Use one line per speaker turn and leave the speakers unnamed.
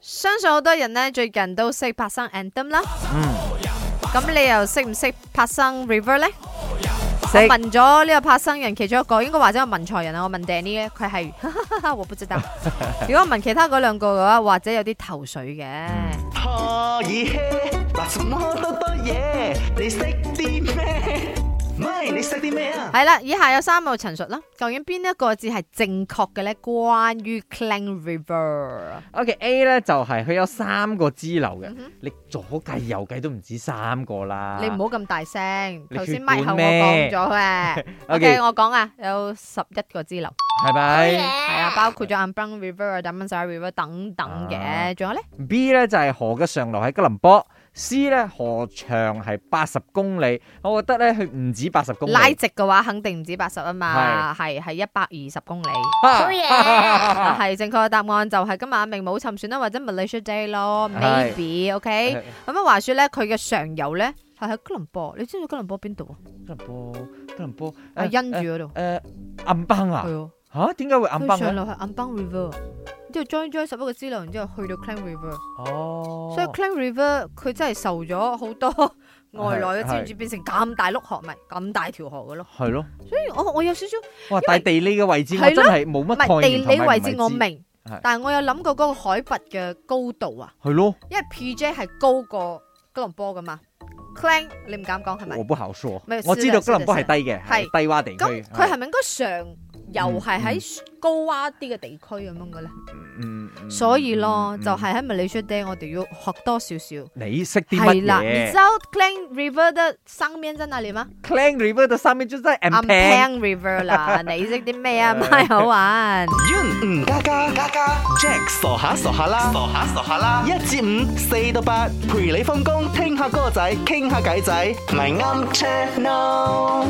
相信好多人咧最近都識拍生 anthem 啦。
嗯
咁你又識唔識拍生 river 咧？我
識
問咗呢個拍生人其中一個，應該或者我問錯人啦。我問 Danny 咧，佢係 我不知 道。如果我問其他嗰兩個嘅話，或者有啲頭緒嘅。
可以嘿，嗱什麼多多嘢，你識啲咩？咪你識啲咩啊？
係啦，以下有三個陳述啦。究竟邊一個字係正確嘅咧？關於 Klang River，
OK A 咧就係佢有三個支流嘅，你左計右計都唔止三個啦。
嗯你唔好咁大聲。
你
頭先
血
咪
管
後我講
咩
咗 嘅。
OK
OK，我講啊，有十一個支流。
係咪
系啊，包括咗 u m b r u n River 啊、d a m a n s a River 等等嘅，
啊
仲有咧，
B 咧就係河嘅上流喺吉隆坡。C 咧河長係八十公里，我覺得咧佢唔止八十公里。
拉直嘅話肯定唔止八十啊嘛，係係一百二十公里。
好
啊，
嘢！
係正確嘅答案就係今日明冇沉船啦，啊或者 Malaysia Day 咯
係
，maybe OK。咁啊，話說咧，佢嘅上游咧係喺吉隆坡，你知唔知吉隆坡邊度啊？
吉隆坡，吉隆坡，
係啊因住嗰度，
誒暗崩啊
係哦，
嚇？點解會暗
佢
崩
上
嘅？
落去 u m b r u n River，之後 join join 十一個支流，然之後去到 Klang River。
哦，
所以 Clang River 佢真係受咗好多外來嘅
係
資源，變成咁大碌河咪咁大條河嘅咯。
係咯，
所以我我有少少因
哇！
為
但係地理嘅位置我
係咯
真係冇
唔
乜
係
概
地
念同
理
埋
位
唔係
置我
知，
明
係，
但係我有諗過嗰個海拔嘅高度啊，
係咯，
因為 PJ 係高過吉隆坡噶嘛。Clang 你唔敢講係
我
咪？
不好說
咪。
我知道吉隆坡
是
係
的
低嘅，
是的
係低洼地
咁
區。
佢係咪應該上游係
嗯
喺高洼啲嘅地區咁樣嘅咧？
嗯，嗯
所以咯，
嗯
就係喺 Malaysia Day 我哋要學多少少。
你識啲乜
係啦，你知
嘢
道 Clang River 的上面在哪裡嗎？
？Clang River 嘅上面就係
I'm
Ampang。
Pang River 啦，你識啲咩啊？咪好玩。
嗯，加加加加，Jack 傻下傻下啦，傻下傻下啦，一至五，四到八，陪你放工，聽下歌仔，傾下偈仔，咪啱 channel。